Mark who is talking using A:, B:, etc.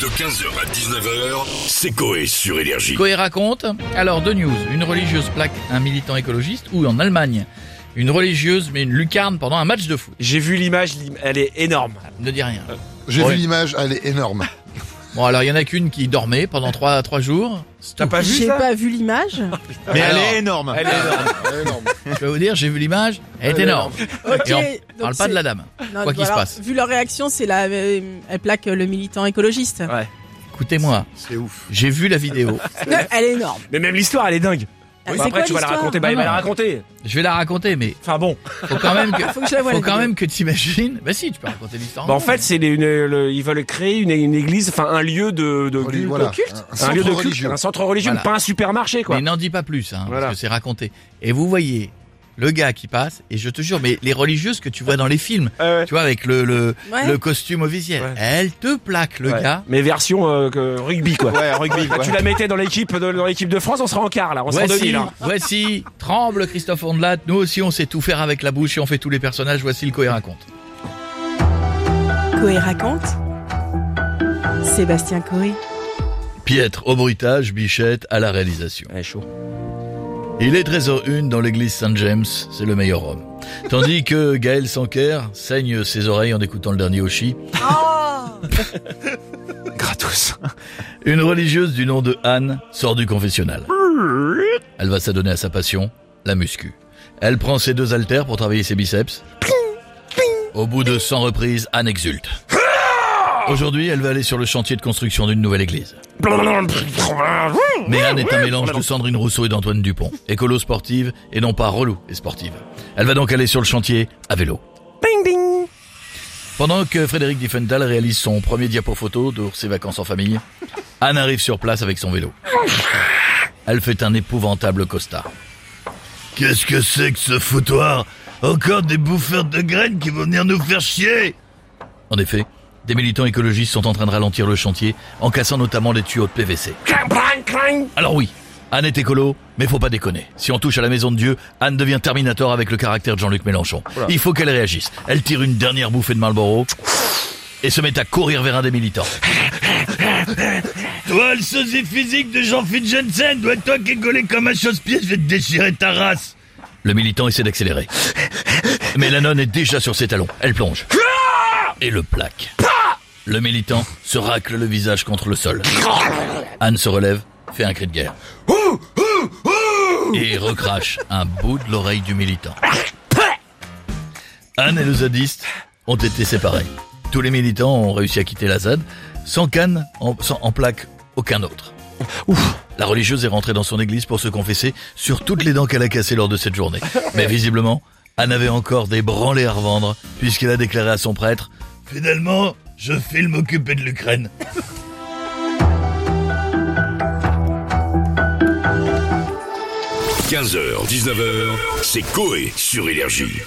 A: De 15h à 19h, c'est Coé sur Énergie.
B: Coé raconte. Alors, deux news. Une religieuse plaque un militant écologiste ou en Allemagne. Une religieuse met une lucarne pendant un match de foot.
C: J'ai vu l'image, l'im- elle est énorme.
B: Ne dis rien.
D: J'ai
B: Ouais.
D: vu l'image, elle est énorme.
B: Bon, alors, il y en a qu'une qui dormait pendant trois, trois jours. C'est
C: T'as
B: tout.
C: pas vu
E: J'ai
C: ça
E: pas vu l'image.
C: Ah,
B: Mais alors,
F: énorme.
C: Elle est énorme.
D: Elle est énorme.
B: je vais vous dire, j'ai vu l'image. Elle
C: Ah,
B: est énorme.
E: Ok.
B: Et on
E: donc
B: Parle pas
E: c'est-
B: de la dame.
E: Non,
B: quoi qu'il se
E: alors,
B: passe.
E: Vu leur réaction, c'est la, euh, elle plaque euh, le militant écologiste.
B: Ah, Écoutez-moi.
D: C'est ouf.
B: J'ai vu la vidéo.
E: Non, elle est énorme.
C: Mais même l'histoire, elle est dingue.
E: Ah,
C: Bah,
E: c'est
C: après,
E: quoi
C: tu vas la
E: l'histoire
C: raconter. Bah,
B: Non,
C: il va
B: non.
C: la raconter.
B: Je vais la raconter, mais
C: Enfin bon.
B: faut quand même que,
E: Faut que je la voie.
B: faut
E: la
B: quand
E: vidéo.
B: même que t'imagines. Bah si, tu peux raconter l'histoire.
C: Bah, en fait, c'est les- une- le- ils veulent créer une, une église, enfin un lieu de, de
D: Reli-
C: culte.
D: voilà.
E: culte
D: Un, un
C: Un lieu
D: centre
C: de culte,
D: religieux.
C: un centre religieux,
B: Voilà.
C: pas un supermarché quoi.
B: Mais n'en dis pas plus, hein,
C: Voilà.
B: parce que c'est raconté. Et vous voyez le gars qui passe, et je te jure, mais les religieuses que tu vois dans les films,
C: Euh,
B: tu vois, avec le, le,
E: Ouais.
B: le costume officiel,
C: Ouais.
B: elle te plaque le
C: ouais.
B: gars.
C: Mais version euh, que- rugby quoi.
F: Ouais, rugby.
C: Bah,
F: ouais.
C: Tu la mettais dans l'équipe de, dans l'équipe de France, on sera en quart là, on hein. sera en
B: Voici,
C: demi là.
B: voici, tremble Christophe Ondelat, nous aussi on sait tout faire avec la bouche et on fait tous les personnages, voici le cohérent raconte.
E: Coé raconte. Sébastien Coé.
B: Pietre au bruitage, Bichette à la réalisation.
C: Ouais, chaud.
B: Il est 13h01 dans l'église Saint-James, c'est le meilleur homme. Tandis que Gaël Sanquer saigne ses oreilles en écoutant le dernier Oshi,
C: Gratos.
B: Une religieuse du nom de Anne sort du confessionnal. Elle va s'adonner à sa passion, la muscu. Elle prend ses deux haltères pour travailler ses biceps. Au bout de 100 reprises, Anne exulte. Aujourd'hui, elle va aller sur le chantier de construction d'une nouvelle église. Mais Anne est un mélange de Sandrine Rousseau et d'Antoine Dupont, écolo sportive et non pas relou et sportive. Elle va donc aller sur le chantier à vélo.
C: Bing bing.
B: Pendant que Frédéric Diffenthal réalise son premier diapo photo de ses vacances en famille, Anne arrive sur place avec son vélo. Elle fait un épouvantable costard. Qu'est-ce que c'est que ce foutoir Encore des bouffeurs de graines qui vont venir nous faire chier En effet, des militants écologistes sont en train de ralentir le chantier en cassant notamment les tuyaux de PVC.
C: Clang, clang, clang.
B: Alors oui, Anne est écolo, mais faut pas déconner. Si on touche à la maison de Dieu, Anne devient Terminator avec le caractère de Jean-Luc Mélenchon. Il faut qu'elle réagisse. Elle tire une dernière bouffée de Marlboro et se met à courir vers un des militants. Toi, le sosie physique de Jean-Philippe Jensen, doit toi qui gaulé comme un chausse-pied, je vais te déchirer ta race. Le militant essaie d'accélérer. Mais la nonne est déjà sur ses talons. Elle plonge. Et le plaque. Le militant se racle le visage contre le sol. Anne se relève, fait un cri de guerre. Et recrache un bout de l'oreille du militant. Anne et le zadiste ont été séparés. Tous les militants ont réussi à quitter la ZAD, sans canne, en, sans, en plaque, aucun autre. La religieuse est rentrée dans son église pour se confesser sur toutes les dents qu'elle a cassées lors de cette journée. Mais visiblement, Anne avait encore des branlées à revendre, puisqu'elle a déclaré à son prêtre « Finalement, je filme occupé de l'Ukraine ».
A: h 19h, c'est Coé sur Énergie.